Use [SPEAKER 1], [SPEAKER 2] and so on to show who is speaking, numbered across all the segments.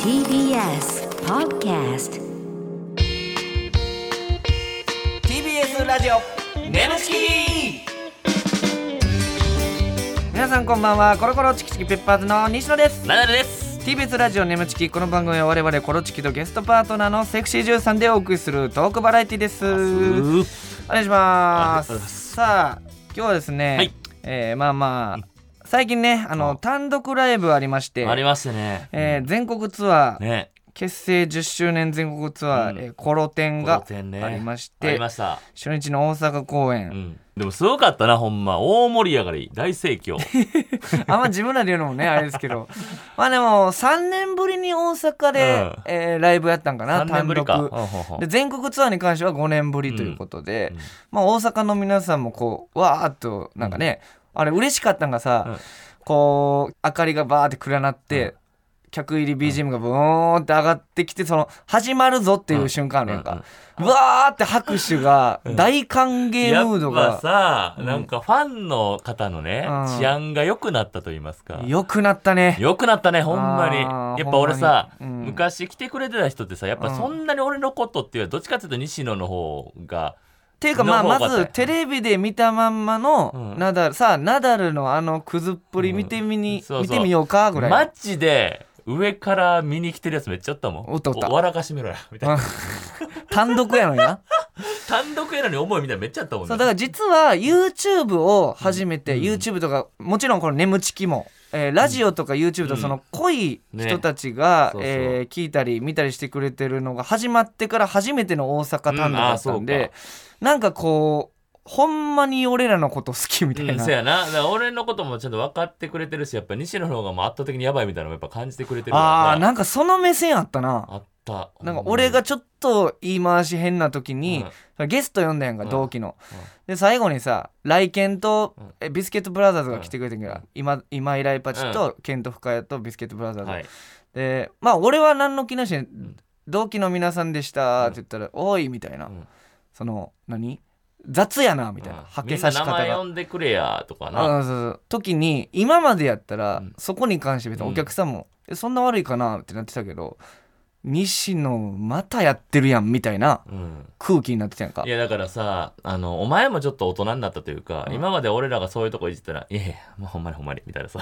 [SPEAKER 1] TBS Podcast
[SPEAKER 2] TBS ラジオネムチキ皆さんこんばんはコロコロチキチキペッパーズの西野です
[SPEAKER 3] ナダルです。
[SPEAKER 2] TBS ラジオネムチキこの番組は我々コロチキとゲストパートナーのセクシージュさんでお送りするトークバラエティですお願いします
[SPEAKER 3] ありがとうございま
[SPEAKER 2] さあ今日はですね、
[SPEAKER 3] はい
[SPEAKER 2] えーまあまあ最近ねあの単独ライブありまして
[SPEAKER 3] ありましたね。
[SPEAKER 2] えー全国ツアー、
[SPEAKER 3] ね。
[SPEAKER 2] 結成10周年全国ツアー、
[SPEAKER 3] うん
[SPEAKER 2] えーコロ展
[SPEAKER 3] こ
[SPEAKER 2] が
[SPEAKER 3] の点ね
[SPEAKER 2] ありまし
[SPEAKER 3] あ
[SPEAKER 2] て
[SPEAKER 3] りました。
[SPEAKER 2] 初日の大阪公演、
[SPEAKER 3] うん。でもすごかったな、ほんま。大盛り上がり、大盛況。
[SPEAKER 2] あんま自分らで言うのもねあれですけど まあでも3年ぶりに大阪で、
[SPEAKER 3] う
[SPEAKER 2] えーライブやったんか な単
[SPEAKER 3] 3年ぶり
[SPEAKER 2] 独
[SPEAKER 3] か。うんほんほん
[SPEAKER 2] で全国ツアーに関しては5年ぶりということで、
[SPEAKER 3] うんうん
[SPEAKER 2] まあ、大阪の皆さんもこうわーっとなんかね、あれ嬉しかったんがさ、
[SPEAKER 3] うん
[SPEAKER 2] こう明かりがバーって暗なって、客入り BGM がブーンって上がってきてその始まるぞっていう瞬間あるやんか、うわーって拍手が大歓迎ムード
[SPEAKER 3] やっぱ
[SPEAKER 2] が
[SPEAKER 3] さ、なんかファンの方のね
[SPEAKER 2] うん、
[SPEAKER 3] 治安が良くなったと言いますか。
[SPEAKER 2] 良くなったね
[SPEAKER 3] 良くなったね、ほんまに。
[SPEAKER 2] あー
[SPEAKER 3] やっぱ俺さ、
[SPEAKER 2] ほんまにうん
[SPEAKER 3] 昔来てくれてた人ってさ、やっぱそんなに俺のことっていうよりは、どっちかっていうと西野の方が、
[SPEAKER 2] っていうかまあ
[SPEAKER 3] の方が
[SPEAKER 2] まず
[SPEAKER 3] ね
[SPEAKER 2] テレビで見たまんまの
[SPEAKER 3] うん
[SPEAKER 2] ナダル、さあナダルのあのくずっぷり見てみに、
[SPEAKER 3] うんそうそう
[SPEAKER 2] 見てみようかぐらい、
[SPEAKER 3] マジで、上から見に来てるやつめっちゃおったもん。
[SPEAKER 2] おったおった
[SPEAKER 3] 笑かしめろや、みたいな。
[SPEAKER 2] 単独やのにな
[SPEAKER 3] 単独やのに思いみたいなめっちゃあったも ん
[SPEAKER 2] そ
[SPEAKER 3] ね
[SPEAKER 2] うだから実は YouTube を始めて、YouTube とかもちろんこの「眠ちきも」えーラジオとか YouTube とかその濃い人たちが、
[SPEAKER 3] うんね
[SPEAKER 2] え
[SPEAKER 3] そうそ
[SPEAKER 2] ー聞いたり見たりしてくれてるのが始まってから初めての大阪単独だったん
[SPEAKER 3] うんあ
[SPEAKER 2] で
[SPEAKER 3] ー、
[SPEAKER 2] なんかこうほんまに俺らのこと好きみたいな、
[SPEAKER 3] うん、そやなだから俺のこともちゃんと分かってくれてるしやっぱ西野の方がもう圧倒的にやばいみたいなのもやっぱ感じてくれてるから
[SPEAKER 2] あーなんかその目線あったな
[SPEAKER 3] あった
[SPEAKER 2] なんか俺がちょっと言い回し変な時に、ゲスト呼んだやんか
[SPEAKER 3] うん
[SPEAKER 2] 同期の、
[SPEAKER 3] うん
[SPEAKER 2] で最後にさ来健と、
[SPEAKER 3] うん
[SPEAKER 2] えビスケットブラザーズが来てくれてんけど、
[SPEAKER 3] うん
[SPEAKER 2] 今今井来パチと、ケント深谷とビスケットブラザー
[SPEAKER 3] うん
[SPEAKER 2] ズ、
[SPEAKER 3] はい、
[SPEAKER 2] でまあ俺は何の気なしに、
[SPEAKER 3] ん
[SPEAKER 2] 同期の皆さんでしたって言ったら「おい」みたいな、
[SPEAKER 3] うん
[SPEAKER 2] その何雑やなみたいな、
[SPEAKER 3] うん
[SPEAKER 2] はけさし方
[SPEAKER 3] みんな名前
[SPEAKER 2] が
[SPEAKER 3] 呼。んでくれやとかな
[SPEAKER 2] あそうそう時に今までやったら、
[SPEAKER 3] うん
[SPEAKER 2] そこに関して別にお客さんも、えそんな悪いかなってなってたけど西野またやってるやんみたいな
[SPEAKER 3] うん
[SPEAKER 2] 空気になってたやんか
[SPEAKER 3] いやだからさあのお前もちょっと大人になったというか、今まで俺らがそういうとこいじったら「いやいやもうほんまにほんまに」みたいな さ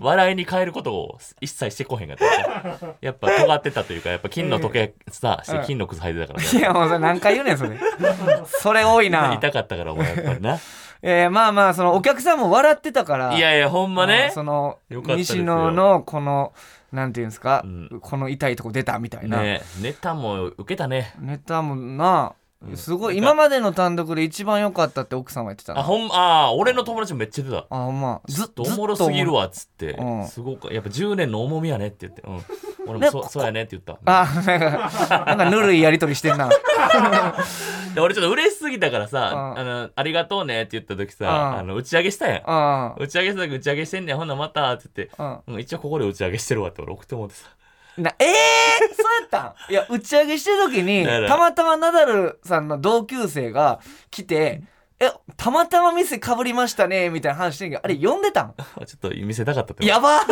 [SPEAKER 3] 笑いに変えることを一切してこへんかったやっぱ尖ってたというかやっぱ金の時計さして金の靴履いてたから
[SPEAKER 2] い
[SPEAKER 3] ね
[SPEAKER 2] やもうそれ何回言うねん それそれ多いな
[SPEAKER 3] 痛かったからお前やっぱ りな
[SPEAKER 2] えーまあまあそのお客さんも笑ってたから
[SPEAKER 3] いやいや、ほんま
[SPEAKER 2] うん
[SPEAKER 3] ね。
[SPEAKER 2] その
[SPEAKER 3] よかったですよ
[SPEAKER 2] 西野のこのなんていうんですか、
[SPEAKER 3] うん
[SPEAKER 2] この痛いとこ出たみたいな、
[SPEAKER 3] ねネタも受けたね。
[SPEAKER 2] ネタもなすごい
[SPEAKER 3] なんか
[SPEAKER 2] 今までの単独で一番良かったって奥さんは言ってた
[SPEAKER 3] あ、
[SPEAKER 2] な
[SPEAKER 3] ほんま、あー俺の友達もめっちゃ出た。
[SPEAKER 2] あほんまず
[SPEAKER 3] ず
[SPEAKER 2] っ
[SPEAKER 3] っ
[SPEAKER 2] と
[SPEAKER 3] とおもろすぎるわっつって
[SPEAKER 2] うん、
[SPEAKER 3] すごく、やっぱ10年の重みやねって言って、うん。俺
[SPEAKER 2] ね
[SPEAKER 3] もそ
[SPEAKER 2] こ
[SPEAKER 3] そうやねって言った。
[SPEAKER 2] あなんか、なんかぬるいやりとり してんな。
[SPEAKER 3] で俺ちょっと嬉しすぎたからさ、
[SPEAKER 2] うん
[SPEAKER 3] あの、ありがとうねって言った時
[SPEAKER 2] うん
[SPEAKER 3] さ、あの、打ち上げしたやん。
[SPEAKER 2] あ
[SPEAKER 3] 打ち上げした時打ち上げしてんねん、ほんならまたって言って、
[SPEAKER 2] あ。
[SPEAKER 3] うん、一応ここで打ち上げしてるわって俺送ってもらってさ。
[SPEAKER 2] うん、なええー、そうやったんいや打ち上げしてる時に
[SPEAKER 3] だから
[SPEAKER 2] たまたまナダルさんの同級生が来て「えたまたま店かぶりましたね」みたいな話してんけどあれ呼んでたん
[SPEAKER 3] ちょっと見せたかったって。
[SPEAKER 2] やばー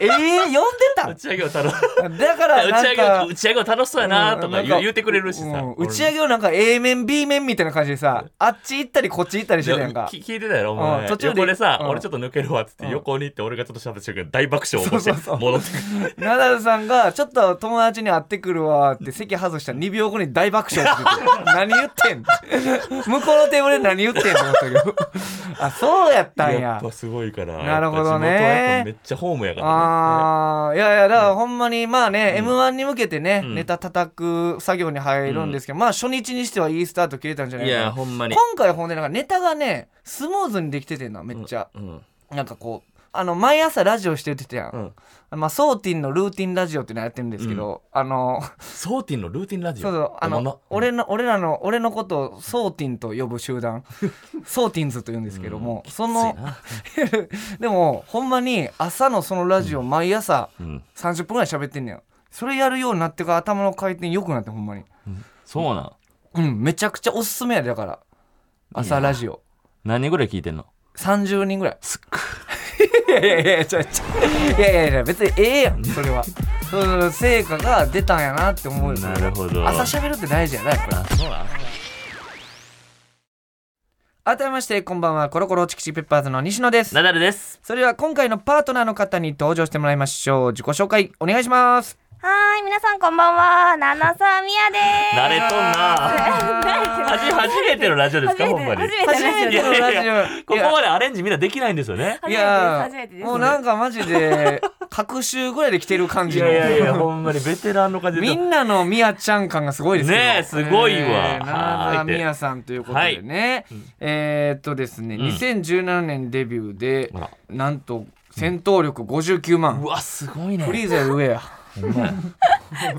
[SPEAKER 2] ええー、呼んでた
[SPEAKER 3] 打ち上げを楽
[SPEAKER 2] んだから
[SPEAKER 3] 打ち
[SPEAKER 2] な
[SPEAKER 3] 上
[SPEAKER 2] ん
[SPEAKER 3] げ
[SPEAKER 2] か
[SPEAKER 3] を打ち上げを楽しそうやなとか
[SPEAKER 2] うんな
[SPEAKER 3] 言
[SPEAKER 2] ん
[SPEAKER 3] う言うてくれるしさ。
[SPEAKER 2] うん
[SPEAKER 3] 俺
[SPEAKER 2] 打ち上げをなんか A 面 B 面みたいな感じでさあっち行ったりこっち行ったりしてたやん
[SPEAKER 3] で
[SPEAKER 2] か
[SPEAKER 3] き聞いてたやろお
[SPEAKER 2] うん
[SPEAKER 3] 前
[SPEAKER 2] 途中で
[SPEAKER 3] 横でさ、
[SPEAKER 2] うん
[SPEAKER 3] 俺ちょっと抜けるわっつって
[SPEAKER 2] うん
[SPEAKER 3] 横に行って俺がちょっと喋ってるけど大爆笑を起こして
[SPEAKER 2] そうそうそう
[SPEAKER 3] 戻ってく
[SPEAKER 2] ナダルさんが「ちょっと友達に会ってくるわ」って席外したら2秒後に大爆笑って言 って何言ってんって向こうのテーブルで何言ってんと思ったけどあそうやったん
[SPEAKER 3] る
[SPEAKER 2] や
[SPEAKER 3] っぱすごいから
[SPEAKER 2] なるほどね
[SPEAKER 3] やっぱ地元はやっぱめっちゃホームやからね
[SPEAKER 2] あーいやいやだからほんまにまあね、m 1に向けてね、
[SPEAKER 3] うん
[SPEAKER 2] ネタ叩く作業に入るんですけど、まあ初日にしてはいいスタート切れたんじゃない
[SPEAKER 3] い
[SPEAKER 2] か
[SPEAKER 3] や
[SPEAKER 2] な
[SPEAKER 3] ほんまに
[SPEAKER 2] 今回ほんでなんかネタがねスムーズにできててんなめっちゃ、
[SPEAKER 3] うん
[SPEAKER 2] なんかこうあの毎朝ラジオしてるって言ってた
[SPEAKER 3] う
[SPEAKER 2] やん、
[SPEAKER 3] ん
[SPEAKER 2] まあ、ソーティンのルーティンラジオっていうのやってるんですけど、あの
[SPEAKER 3] ソーティンのルーティンラジオ
[SPEAKER 2] そうそうあ
[SPEAKER 3] おも
[SPEAKER 2] の
[SPEAKER 3] ろ
[SPEAKER 2] 俺の俺らの俺のことをソーティンと呼ぶ集 団ソーティンズと言うんですけども、そ
[SPEAKER 3] きつい
[SPEAKER 2] の
[SPEAKER 3] な
[SPEAKER 2] でもほんまに朝のそのラジオ毎朝
[SPEAKER 3] うん
[SPEAKER 2] 30分ぐらい喋ってんねんそれやるようになってから頭の回転良くなってほんまに
[SPEAKER 3] そうなん
[SPEAKER 2] うんめちゃくちゃおすすめやでだから朝ラジオ
[SPEAKER 3] 何人ぐらい聞いてんの
[SPEAKER 2] 30人ぐらい
[SPEAKER 3] すっご
[SPEAKER 2] いやいやいやちょちょいやいやいや別にええやんそれは その成果が出たんやなって思うよそれは
[SPEAKER 3] なるほど
[SPEAKER 2] 朝しゃべるって大事やなやっぱり
[SPEAKER 3] あそうなの
[SPEAKER 2] 改めましてこんばんはコロコロチキチキペッパーズの西野です
[SPEAKER 3] ナダルです
[SPEAKER 2] それでは今回のパートナーの方に登場してもらいましょう自己紹介お願いします
[SPEAKER 4] はーい、皆さんこんばんは。七沢みやで
[SPEAKER 3] 慣れとんな
[SPEAKER 4] ー
[SPEAKER 3] 初初めてのラジオです
[SPEAKER 4] す。初
[SPEAKER 3] か
[SPEAKER 4] め
[SPEAKER 3] ほんま
[SPEAKER 4] て、
[SPEAKER 3] に
[SPEAKER 4] 初めて
[SPEAKER 2] 初め
[SPEAKER 4] ラ
[SPEAKER 2] て
[SPEAKER 4] ジ
[SPEAKER 2] のラジオ
[SPEAKER 3] いやここまでアレンジみんなできないんですよね
[SPEAKER 4] オ。
[SPEAKER 2] いや
[SPEAKER 4] 初めてです。初めてです。
[SPEAKER 2] もうなんかマジで隔週ぐらいで来てる感
[SPEAKER 3] い
[SPEAKER 2] じの
[SPEAKER 3] やいやいやほんまにベテランの感じで
[SPEAKER 2] みんなのみやちゃん感がすごいですけど
[SPEAKER 3] ねえすごいわ
[SPEAKER 2] えー
[SPEAKER 3] は
[SPEAKER 2] 奈
[SPEAKER 3] い
[SPEAKER 2] 良田みやさんということでね、えーっとですね、
[SPEAKER 3] ん
[SPEAKER 2] 2017年デビューで
[SPEAKER 3] あら
[SPEAKER 2] なんと戦闘力59万、
[SPEAKER 3] うわすごいね
[SPEAKER 2] フリーザより上や、
[SPEAKER 3] ほんまや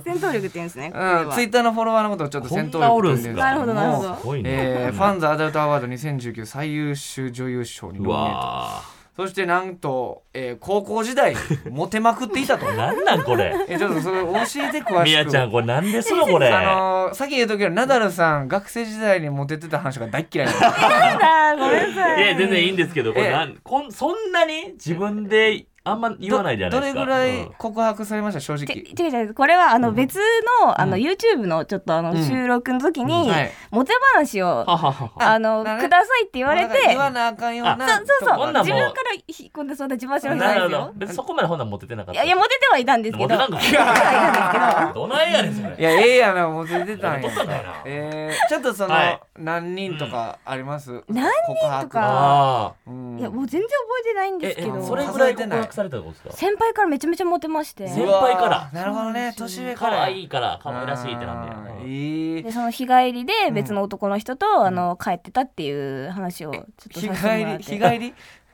[SPEAKER 4] 戦闘力って言うんですね。これ
[SPEAKER 2] うん、
[SPEAKER 4] は
[SPEAKER 2] ツイッターのフォロワーのことをちょっと
[SPEAKER 3] こ
[SPEAKER 2] 戦
[SPEAKER 3] ん
[SPEAKER 2] 闘
[SPEAKER 3] なお
[SPEAKER 2] 力
[SPEAKER 3] る
[SPEAKER 2] っ
[SPEAKER 3] ん
[SPEAKER 2] て言うん
[SPEAKER 3] す
[SPEAKER 2] ですけども
[SPEAKER 3] か
[SPEAKER 4] なるほどなるほど
[SPEAKER 3] すごい
[SPEAKER 2] え
[SPEAKER 3] ね
[SPEAKER 2] ーファンズアダルトアワード2019最優秀女優賞にノミ
[SPEAKER 3] う
[SPEAKER 2] ネート
[SPEAKER 3] わ
[SPEAKER 2] そしてなんと、えー高校時代モテまくってい たと
[SPEAKER 3] ーなんなんこれ
[SPEAKER 2] えちょっとそれ教えて詳
[SPEAKER 3] み
[SPEAKER 2] し
[SPEAKER 3] や
[SPEAKER 2] く
[SPEAKER 3] ちゃんこれなんですのこれ
[SPEAKER 2] あのー、さっき言うときはナダルさん学生時代にモテてた話が大嫌いなんです
[SPEAKER 4] なんだ、ごめんなさ
[SPEAKER 3] い
[SPEAKER 4] い。
[SPEAKER 3] や全然いいんですけどこれなんこんそんなに自分であんま言わないじゃないですか
[SPEAKER 2] どどれぐ
[SPEAKER 3] う
[SPEAKER 2] ら
[SPEAKER 3] ん
[SPEAKER 2] い告白されました正
[SPEAKER 4] ちょ
[SPEAKER 2] 直
[SPEAKER 4] 違う違うこれはあの別のあの YouTube のちょっとあの収録の時に
[SPEAKER 2] はい
[SPEAKER 4] モテ話
[SPEAKER 3] は
[SPEAKER 4] を
[SPEAKER 3] ははは
[SPEAKER 4] あの
[SPEAKER 2] なる
[SPEAKER 4] くださいって言われ
[SPEAKER 2] もうなんか
[SPEAKER 4] て
[SPEAKER 2] 言わなあかんような
[SPEAKER 4] そうそう
[SPEAKER 2] とこ
[SPEAKER 4] そう
[SPEAKER 3] こんなん
[SPEAKER 4] 自
[SPEAKER 3] もう
[SPEAKER 4] 分から引っ込んでそんな自慢しろじゃ
[SPEAKER 3] な
[SPEAKER 4] ない
[SPEAKER 3] るほ
[SPEAKER 4] です
[SPEAKER 3] ど
[SPEAKER 4] よ
[SPEAKER 3] 別にそこまでほんなんモテてなかっ
[SPEAKER 4] い
[SPEAKER 3] た
[SPEAKER 4] やいやモテてはいたんですけ
[SPEAKER 3] モ
[SPEAKER 4] ど
[SPEAKER 3] テ
[SPEAKER 4] モ
[SPEAKER 3] なん
[SPEAKER 4] テ
[SPEAKER 3] か
[SPEAKER 4] はいたんですけど
[SPEAKER 3] どないやねんそれ
[SPEAKER 2] いやええやなモテてたんや
[SPEAKER 3] モテたんやな
[SPEAKER 2] えー、ちょっとその、
[SPEAKER 3] はい
[SPEAKER 2] 何人とかあります、
[SPEAKER 4] 何
[SPEAKER 2] 人
[SPEAKER 4] とか
[SPEAKER 3] ああ
[SPEAKER 2] うん
[SPEAKER 4] いやもう全然覚えてないんで
[SPEAKER 3] え
[SPEAKER 4] すけ
[SPEAKER 3] え
[SPEAKER 4] ど
[SPEAKER 3] それぐらい告白されたってことですか
[SPEAKER 4] 先輩からめちゃめちゃモテまして
[SPEAKER 3] 先輩から
[SPEAKER 2] うわーなるほどね年上から
[SPEAKER 3] 可
[SPEAKER 2] や
[SPEAKER 3] 愛いから可愛らしいってなんだ
[SPEAKER 2] あ
[SPEAKER 3] よ
[SPEAKER 2] ー
[SPEAKER 3] うん
[SPEAKER 2] いい
[SPEAKER 4] でその日帰りで別の男の人と、あの帰ってたっていう話をちょっと
[SPEAKER 2] 日
[SPEAKER 4] させてもら
[SPEAKER 2] 帰
[SPEAKER 4] っ
[SPEAKER 2] り
[SPEAKER 4] て
[SPEAKER 2] 日帰り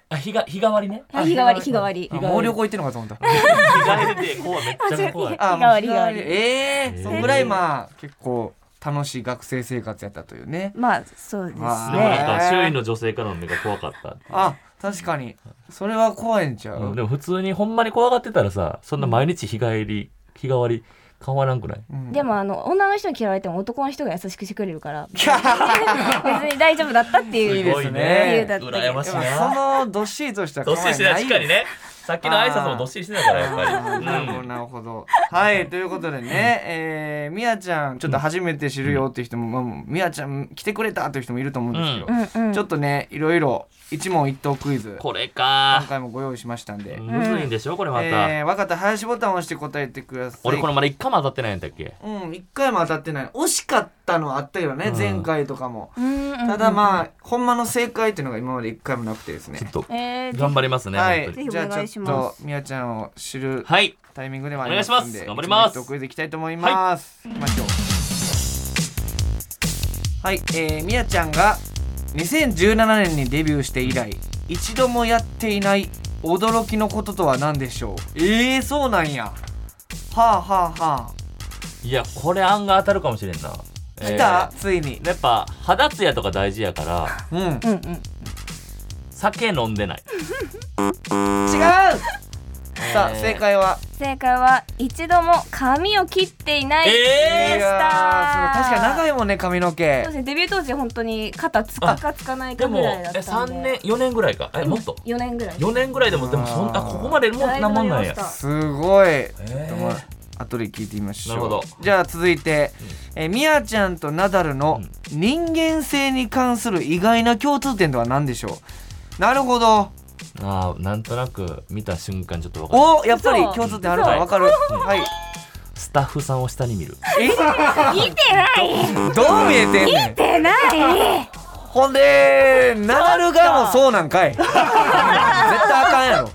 [SPEAKER 3] あ日が日替わりね
[SPEAKER 4] はい日替わり日替わり
[SPEAKER 2] あもう旅行行ってるのかと思った
[SPEAKER 3] 日替わりでこうめっちゃ怖い
[SPEAKER 2] あ
[SPEAKER 4] 日替わり
[SPEAKER 2] もう
[SPEAKER 4] 日替わり
[SPEAKER 2] ええ
[SPEAKER 3] えー
[SPEAKER 2] そんぐらいまあ結構楽しい学生生活やったというね
[SPEAKER 4] まあそうですね
[SPEAKER 3] でもなんか周囲の女性からの目が怖かったって
[SPEAKER 2] あ確かにそれは怖いんちゃう、
[SPEAKER 3] うんでも普通にほんまに怖がってたらさそんな毎日日帰り日替わり変わらんくない
[SPEAKER 2] うん
[SPEAKER 4] でもあの女の人に嫌われても男の人が優しくしてくれる から別に大丈夫だったっていう
[SPEAKER 2] いいですね
[SPEAKER 4] 理由だった
[SPEAKER 3] 羨ましい
[SPEAKER 2] でもそ
[SPEAKER 3] な
[SPEAKER 2] のどっしりとした
[SPEAKER 3] ど
[SPEAKER 2] 構
[SPEAKER 3] っし
[SPEAKER 2] え
[SPEAKER 3] りしてな
[SPEAKER 2] ないい
[SPEAKER 3] 確かにねさっきの挨拶もどっしりしてたからやっぱり
[SPEAKER 2] なるほどなるほどはいということでねえーみやちゃんちょっと初めて知るよっていう人も、まあもう、みやちゃん来てくれたという人もいると思うんですけど、
[SPEAKER 4] うんうん
[SPEAKER 2] ちょっとねいろいろ一問一答クイズ
[SPEAKER 3] これ
[SPEAKER 2] 今
[SPEAKER 3] か
[SPEAKER 2] 回もご用意しましたんで、
[SPEAKER 3] むずいんでしょこれまた
[SPEAKER 2] えー、分かった林ボタンを押して答えてください
[SPEAKER 3] 俺これまだ一回も当たってないんだっけ
[SPEAKER 2] うん一回も当たってない惜しかったのはあったよね、
[SPEAKER 3] うん
[SPEAKER 2] 前回とかも
[SPEAKER 4] うんうん
[SPEAKER 2] ただまあ、ほんまの正解っていうのが今まで一回もなくてですね
[SPEAKER 3] ちょっと
[SPEAKER 4] えー
[SPEAKER 3] 頑張り ますね
[SPEAKER 2] は
[SPEAKER 3] 本
[SPEAKER 2] い
[SPEAKER 3] 当に
[SPEAKER 4] ぜひ
[SPEAKER 2] じゃ
[SPEAKER 4] お願
[SPEAKER 2] あ
[SPEAKER 4] い
[SPEAKER 2] ち
[SPEAKER 4] し
[SPEAKER 2] ょっ
[SPEAKER 4] ます
[SPEAKER 2] とみやちゃんを知る
[SPEAKER 3] はい
[SPEAKER 2] タイミングではありますんで
[SPEAKER 3] お願いします頑張ります
[SPEAKER 2] 一問一答クイズいきたいと思います、い、きましょうはいえー、みやちゃんが2017年にデビューして以来一度もやっていない驚きのこととは何でしょうえー、そうなんやはあはあはあ
[SPEAKER 3] いやこれ案が当たるかもしれんな
[SPEAKER 2] 来た、
[SPEAKER 3] え
[SPEAKER 2] ついに
[SPEAKER 3] ーやっぱ肌ツヤとか大事やから
[SPEAKER 2] うん違う
[SPEAKER 4] うんうん
[SPEAKER 3] 酒飲んでない
[SPEAKER 2] さあ正解は
[SPEAKER 4] 正解は一度も髪を切っていない
[SPEAKER 3] え
[SPEAKER 4] で
[SPEAKER 2] ーそ
[SPEAKER 3] ー
[SPEAKER 4] した、
[SPEAKER 2] う確かに長いもんね髪の毛
[SPEAKER 4] そうですねデビュー当時本当に肩つくかつかない
[SPEAKER 3] で
[SPEAKER 4] かぐ
[SPEAKER 3] も
[SPEAKER 4] らいだっ
[SPEAKER 3] え
[SPEAKER 4] た
[SPEAKER 3] 3
[SPEAKER 4] んで
[SPEAKER 3] 年4年ぐらいかえもっと
[SPEAKER 4] 4年ぐらい
[SPEAKER 3] 4年ぐらいでもでもそんあここまでもう
[SPEAKER 4] だい
[SPEAKER 3] な
[SPEAKER 4] ぶ
[SPEAKER 3] もんなん
[SPEAKER 4] な
[SPEAKER 3] や
[SPEAKER 4] りまし
[SPEAKER 2] すごい、
[SPEAKER 3] え
[SPEAKER 2] ちょっとまあ後で聞いてみましょう
[SPEAKER 3] なるほど
[SPEAKER 2] じゃあ続いて、えー、みやちゃんとナダルの人間性に関する意外な共通点とは何でしょうなるほど
[SPEAKER 3] あーなんとなく見た瞬間ちょっとわかる
[SPEAKER 2] おやっぱり共通点あるからわかるはい
[SPEAKER 3] スタッフさんを下に見る
[SPEAKER 2] え
[SPEAKER 4] 見てない
[SPEAKER 2] どう見えてんねん
[SPEAKER 4] 見てない
[SPEAKER 2] ほんでナダルがもうそうなんかい絶対あかんやろ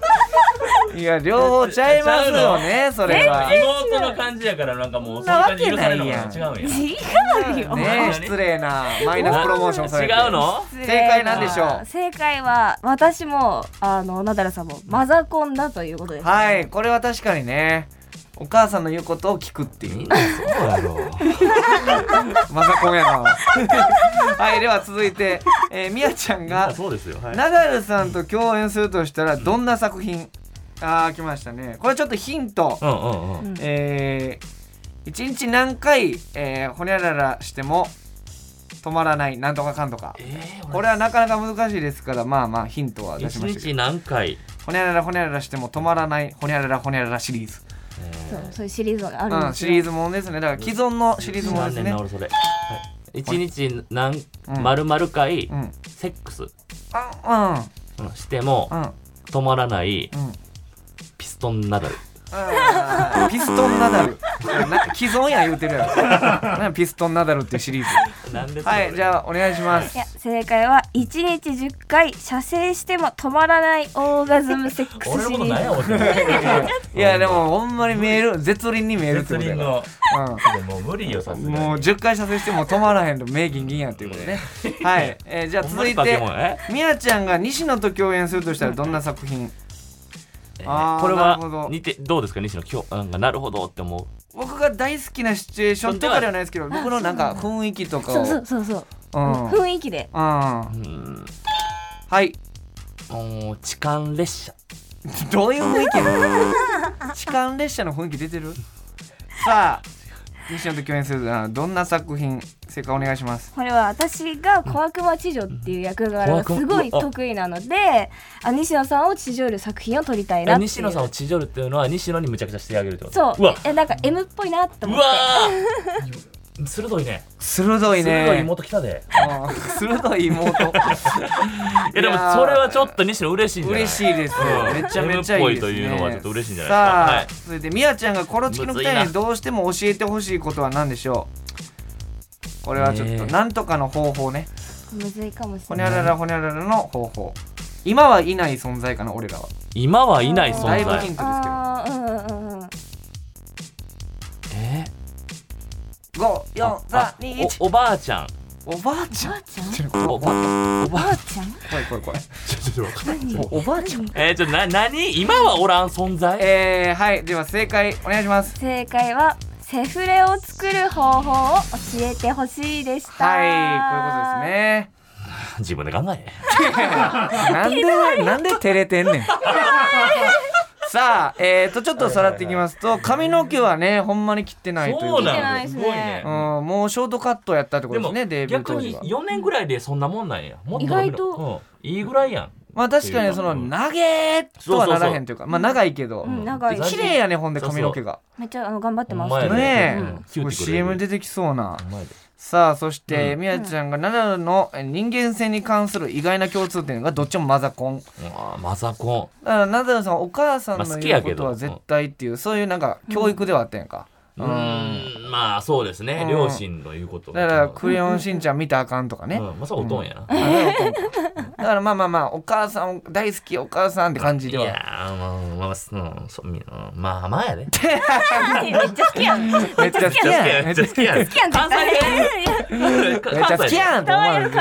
[SPEAKER 2] いや両方ちゃいますよねそれは
[SPEAKER 3] 妹の感じやからなんかもうそんな感じ許されるのが違うんや
[SPEAKER 4] 違うよ、
[SPEAKER 2] ねえ失礼なマイナスプロモーションされて
[SPEAKER 3] 違うの
[SPEAKER 4] 正
[SPEAKER 2] 解なんでしょう
[SPEAKER 4] 正解は私もあのナダルさんもマザコンだということです、
[SPEAKER 2] はいこれは確かにねお母さんの言うことを聞くっていう
[SPEAKER 3] そうやろ
[SPEAKER 2] マザコンやなはいでは続いて、えー、みやちゃんが
[SPEAKER 3] そうですよはい
[SPEAKER 2] ナダルさんと共演するとしたらどんな作品あー来ましたねこれちょっとヒント
[SPEAKER 3] うんうんうん
[SPEAKER 2] えー、1日何回、えー、ほにゃららしても止まらないなんとかかんとか
[SPEAKER 3] えー
[SPEAKER 2] これはなかなか難しいですからまあまあヒントは出しま
[SPEAKER 3] 一
[SPEAKER 2] したけ
[SPEAKER 3] 日何回
[SPEAKER 2] ほにゃららほにゃららしても止まらないほにゃららほにゃららシリーズ、
[SPEAKER 4] そうそういうシリーズがあるん
[SPEAKER 2] うん、
[SPEAKER 4] です
[SPEAKER 2] シ
[SPEAKER 4] よ
[SPEAKER 2] リーズものですねだから既存のシリーズもの
[SPEAKER 3] 残
[SPEAKER 2] です
[SPEAKER 3] 念な
[SPEAKER 2] ね
[SPEAKER 3] 俺それ一日何
[SPEAKER 2] ん
[SPEAKER 3] 丸々回
[SPEAKER 2] うん
[SPEAKER 3] セックス
[SPEAKER 2] あ
[SPEAKER 3] うんしても
[SPEAKER 2] うんうん
[SPEAKER 3] 止まらない
[SPEAKER 2] うん
[SPEAKER 3] ピストンナダル
[SPEAKER 2] うんピストンナダルな既存や言うてるや ろなんかピストンナダルっていうシリーズ
[SPEAKER 3] なんで
[SPEAKER 2] はいじゃあお願いします
[SPEAKER 4] いや正解は1日10回射精しても止まらないオーガズムセックスシリ
[SPEAKER 3] 俺のこと
[SPEAKER 4] ー
[SPEAKER 3] 何
[SPEAKER 4] ズ
[SPEAKER 3] や思ってんの
[SPEAKER 2] いやでもほんまに見える絶倫に見えるって
[SPEAKER 3] 絶
[SPEAKER 2] ことや
[SPEAKER 3] 倫
[SPEAKER 2] か
[SPEAKER 3] の
[SPEAKER 2] ら、うん
[SPEAKER 3] もう無理よさすがに
[SPEAKER 2] もう10回射精しても止まらへんと名銀銀やっていうことね。 はい、えーじゃあ
[SPEAKER 3] ほんま
[SPEAKER 2] 続
[SPEAKER 3] に
[SPEAKER 2] い
[SPEAKER 3] 化け
[SPEAKER 2] て
[SPEAKER 3] 物、え
[SPEAKER 2] みやちゃんが西野と共演するとしたらどんな作品あー
[SPEAKER 3] これ
[SPEAKER 2] なるほ
[SPEAKER 3] は
[SPEAKER 2] ど
[SPEAKER 3] 似てどうですか西野今日なんかなるほどって思う
[SPEAKER 2] 僕が大好きなシチュエーションとかではないですけど僕のなんか雰囲気とか
[SPEAKER 4] そ
[SPEAKER 2] を
[SPEAKER 4] うそうそうそう、
[SPEAKER 2] うんうん
[SPEAKER 4] 雰囲気で
[SPEAKER 3] うん
[SPEAKER 2] はい
[SPEAKER 3] もう痴漢列車
[SPEAKER 2] どういう雰囲気なの痴漢列車の雰囲気出てるさあ西野と共演するならどんな作品正解お願いします
[SPEAKER 4] これは私が小悪魔知女っていう役柄がすごい得意なのであ西野さんを地上る作品を撮りたいなっていう
[SPEAKER 3] 西野さんを地上るっていうのは西野にむちゃくちゃしてあげるってこと
[SPEAKER 4] そう
[SPEAKER 3] うわ
[SPEAKER 4] えなんか M っぽいなっ
[SPEAKER 3] う
[SPEAKER 4] て思っ
[SPEAKER 3] わ ー鋭いね
[SPEAKER 2] 鋭いね
[SPEAKER 3] 鋭い妹来たで
[SPEAKER 2] うん 鋭い妹
[SPEAKER 3] いやでもそれはちょっと西野嬉しいんじゃない
[SPEAKER 2] 嬉しいですね。
[SPEAKER 3] うん
[SPEAKER 2] めちゃめちゃいいですね。
[SPEAKER 3] M っぽいというのはちょっと嬉しいんじゃ
[SPEAKER 2] さあ、
[SPEAKER 3] ないで
[SPEAKER 2] それでみやちゃんがコロチキの二
[SPEAKER 3] むず
[SPEAKER 2] 人
[SPEAKER 3] いな
[SPEAKER 2] にどうしても教えてほしいことは何でしょう。これはちょっ
[SPEAKER 3] ね
[SPEAKER 2] と
[SPEAKER 3] え
[SPEAKER 2] なんとかの方法ね。
[SPEAKER 4] てむずいかもし
[SPEAKER 2] ほ
[SPEAKER 4] れ
[SPEAKER 2] に
[SPEAKER 4] な
[SPEAKER 2] ゃ
[SPEAKER 4] い
[SPEAKER 2] ららほにゃららの方法。今はいない存在かな俺らは。
[SPEAKER 3] 今はいない存
[SPEAKER 2] だいぶヒン
[SPEAKER 3] 在
[SPEAKER 2] トですけど。
[SPEAKER 4] あーうんうんうんうん
[SPEAKER 3] え
[SPEAKER 2] 五四三
[SPEAKER 3] あ
[SPEAKER 2] 二一。
[SPEAKER 3] おおばあちゃん
[SPEAKER 2] おばあちゃ
[SPEAKER 4] おば
[SPEAKER 2] ん
[SPEAKER 4] あ。ちゃん
[SPEAKER 2] ちょっと
[SPEAKER 3] おばおば
[SPEAKER 4] おばあちゃん
[SPEAKER 2] 怖い怖い怖い。
[SPEAKER 3] ちょちょちょわかんない
[SPEAKER 2] おおばあちゃん。
[SPEAKER 3] えー、ちょな何今はおらん存在
[SPEAKER 2] えー、はいでは正解お願いします。
[SPEAKER 4] 正解はセフレを作る方法を教えてほしいでした
[SPEAKER 2] はいこういうことですね。
[SPEAKER 3] 自分で考え
[SPEAKER 2] なんで、なんで照れてんねん。 さあ、えーと、ちょっとさらっていきますと、髪の毛はね、ほんまに切ってないという
[SPEAKER 3] そう
[SPEAKER 2] こと
[SPEAKER 4] 見て
[SPEAKER 3] な
[SPEAKER 4] なんい
[SPEAKER 3] で
[SPEAKER 4] ですす
[SPEAKER 3] ご
[SPEAKER 4] ね
[SPEAKER 3] いね
[SPEAKER 2] うん、もうショートカットやったってことですね、デビュー
[SPEAKER 3] 逆
[SPEAKER 2] 当時
[SPEAKER 3] に
[SPEAKER 2] は。
[SPEAKER 3] 4年ぐらいでそんなもんなんやもっと伸びろ
[SPEAKER 4] 意外と、
[SPEAKER 3] うん、いいぐらいやん
[SPEAKER 2] まあ確かにその、
[SPEAKER 3] うん
[SPEAKER 2] 長えとはならへんというか、まあ長いけど
[SPEAKER 4] う、ん長い
[SPEAKER 3] うん
[SPEAKER 2] 綺麗やね、ほんで髪の毛が。
[SPEAKER 4] めっちゃあの頑張ってま
[SPEAKER 3] ほん
[SPEAKER 4] す
[SPEAKER 3] まや
[SPEAKER 2] ね
[SPEAKER 3] うん
[SPEAKER 2] え、すごい CM 出てきそうな。
[SPEAKER 3] 前で
[SPEAKER 2] さあ、そして、みやちゃんがナダルの人間性に関する意外な共通点がどっちもマザコン。
[SPEAKER 3] うわマザコ
[SPEAKER 2] だからナダルさんお母さん
[SPEAKER 3] まあ
[SPEAKER 2] の
[SPEAKER 3] 好きや
[SPEAKER 2] 言う
[SPEAKER 3] け
[SPEAKER 2] こ
[SPEAKER 3] ど
[SPEAKER 2] とは絶対っていうそういうなんか教育ではあったやんか、
[SPEAKER 3] ンうーんまあそうですね、
[SPEAKER 2] うん
[SPEAKER 3] 両親の言うこと
[SPEAKER 2] だから「クレヨンしんちゃん見たらあかん」とかね、
[SPEAKER 3] うん、まあそれおとんやな、
[SPEAKER 2] あれはこうだからまあまあまあお母さん大好きお母さんって感じ
[SPEAKER 3] い
[SPEAKER 2] で
[SPEAKER 3] やー
[SPEAKER 2] は
[SPEAKER 3] まあまあまあそうそうみうんまあまあやで
[SPEAKER 4] めっちゃ好きやんめっ
[SPEAKER 2] めっちゃ好きやん
[SPEAKER 3] めっちゃ好きやんめっ
[SPEAKER 4] ちゃ好きやん
[SPEAKER 3] 関西 めっ
[SPEAKER 2] めっちゃ好きやんと思わず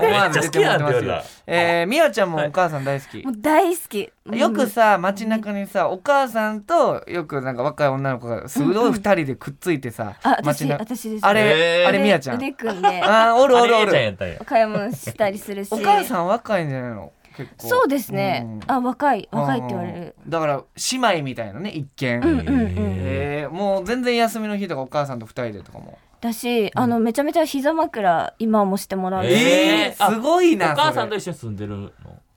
[SPEAKER 2] 思わ
[SPEAKER 3] め
[SPEAKER 2] ず出
[SPEAKER 3] っちゃ好き
[SPEAKER 2] てもら
[SPEAKER 3] や
[SPEAKER 2] っ
[SPEAKER 3] ん
[SPEAKER 2] てま
[SPEAKER 3] って言わ
[SPEAKER 2] す
[SPEAKER 3] れ
[SPEAKER 2] よ
[SPEAKER 3] た
[SPEAKER 2] えーみやちゃんもお母さん大好き
[SPEAKER 4] もう大好き
[SPEAKER 2] よくさ街中にさお母さんとよくなんか若い女の子がすごい二人でくっついてさ
[SPEAKER 4] あ
[SPEAKER 2] 街
[SPEAKER 4] 私
[SPEAKER 2] 中
[SPEAKER 4] 私です
[SPEAKER 2] あれ、
[SPEAKER 3] えー
[SPEAKER 2] あれみやちゃん
[SPEAKER 4] 腕組んで
[SPEAKER 2] あーおるおるお
[SPEAKER 3] あれ姉ちゃん
[SPEAKER 2] る
[SPEAKER 3] やったんや
[SPEAKER 4] 買い物したりするし
[SPEAKER 2] お母さん若いんじゃないの結構
[SPEAKER 4] そうですね、
[SPEAKER 2] うん
[SPEAKER 4] あ若い若いって言われる
[SPEAKER 2] うんだから姉妹みたいなね一見、
[SPEAKER 4] うんうんうん
[SPEAKER 2] えーもう全然休みの日とかお母さんと二人でとかも
[SPEAKER 4] だしあのめちゃめちゃ膝枕今もしてもらうし、
[SPEAKER 3] えーあ
[SPEAKER 2] すごいな
[SPEAKER 3] お母さんと
[SPEAKER 2] それ
[SPEAKER 3] 一緒に住んでるの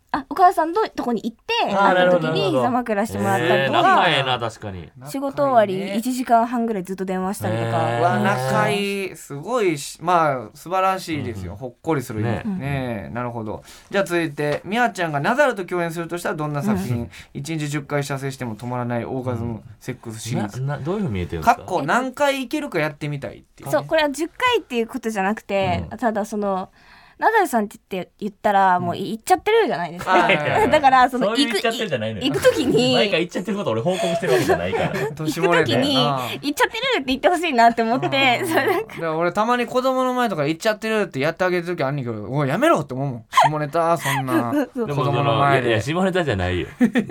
[SPEAKER 4] あお母さんのとこに行って
[SPEAKER 2] あーな
[SPEAKER 4] 会
[SPEAKER 2] る
[SPEAKER 4] っ
[SPEAKER 2] ほ
[SPEAKER 4] た
[SPEAKER 2] ど
[SPEAKER 4] 時
[SPEAKER 2] な
[SPEAKER 4] に膝枕してもらったり
[SPEAKER 3] えー
[SPEAKER 4] と
[SPEAKER 3] 仲
[SPEAKER 4] か、
[SPEAKER 3] ええな確かに
[SPEAKER 4] 仕事終わ
[SPEAKER 2] 仲
[SPEAKER 4] り
[SPEAKER 2] いいね
[SPEAKER 4] 1時間半ぐらいずっと電話したりとか、
[SPEAKER 3] え
[SPEAKER 2] う
[SPEAKER 3] ー
[SPEAKER 2] わ仲いいすごいしまあ素晴らしいですよ、ほっこりするね
[SPEAKER 3] ね
[SPEAKER 2] ねえなるほどじゃあ続いてみやちゃんがナダルと共演するとしたらどんな作 品、一1日10回射精しても止まらないオーガズムセックスシリーズ、
[SPEAKER 3] ななどういうふうに見えてるんです
[SPEAKER 2] か
[SPEAKER 3] か
[SPEAKER 2] っこ何回いけるかやってみたいっていう
[SPEAKER 4] そうこれは10回っていうことじゃなくて、
[SPEAKER 3] うん
[SPEAKER 4] ただそのナダルさんって言って言ったらもう行っちゃってるじゃないですか、
[SPEAKER 2] はいはいはい
[SPEAKER 4] だからその
[SPEAKER 3] そういう言
[SPEAKER 4] 行く
[SPEAKER 3] っちゃってるじゃないのよ
[SPEAKER 4] 行く時に
[SPEAKER 3] 毎回言っちゃってること俺報告してるわけじゃな いから
[SPEAKER 4] 行
[SPEAKER 2] 年
[SPEAKER 4] く
[SPEAKER 2] もれ
[SPEAKER 4] 時
[SPEAKER 2] で
[SPEAKER 4] に
[SPEAKER 2] な
[SPEAKER 4] 行っちゃってるって言ってほしいなって思って、 それ
[SPEAKER 2] だから俺たまに子供の前とか行っちゃってるってやってあげる時あんねんけどおいやめろって思うもん下ネタそん な子
[SPEAKER 3] でも
[SPEAKER 2] 供の前
[SPEAKER 3] いやいや
[SPEAKER 2] で
[SPEAKER 3] 下ネタじゃないよ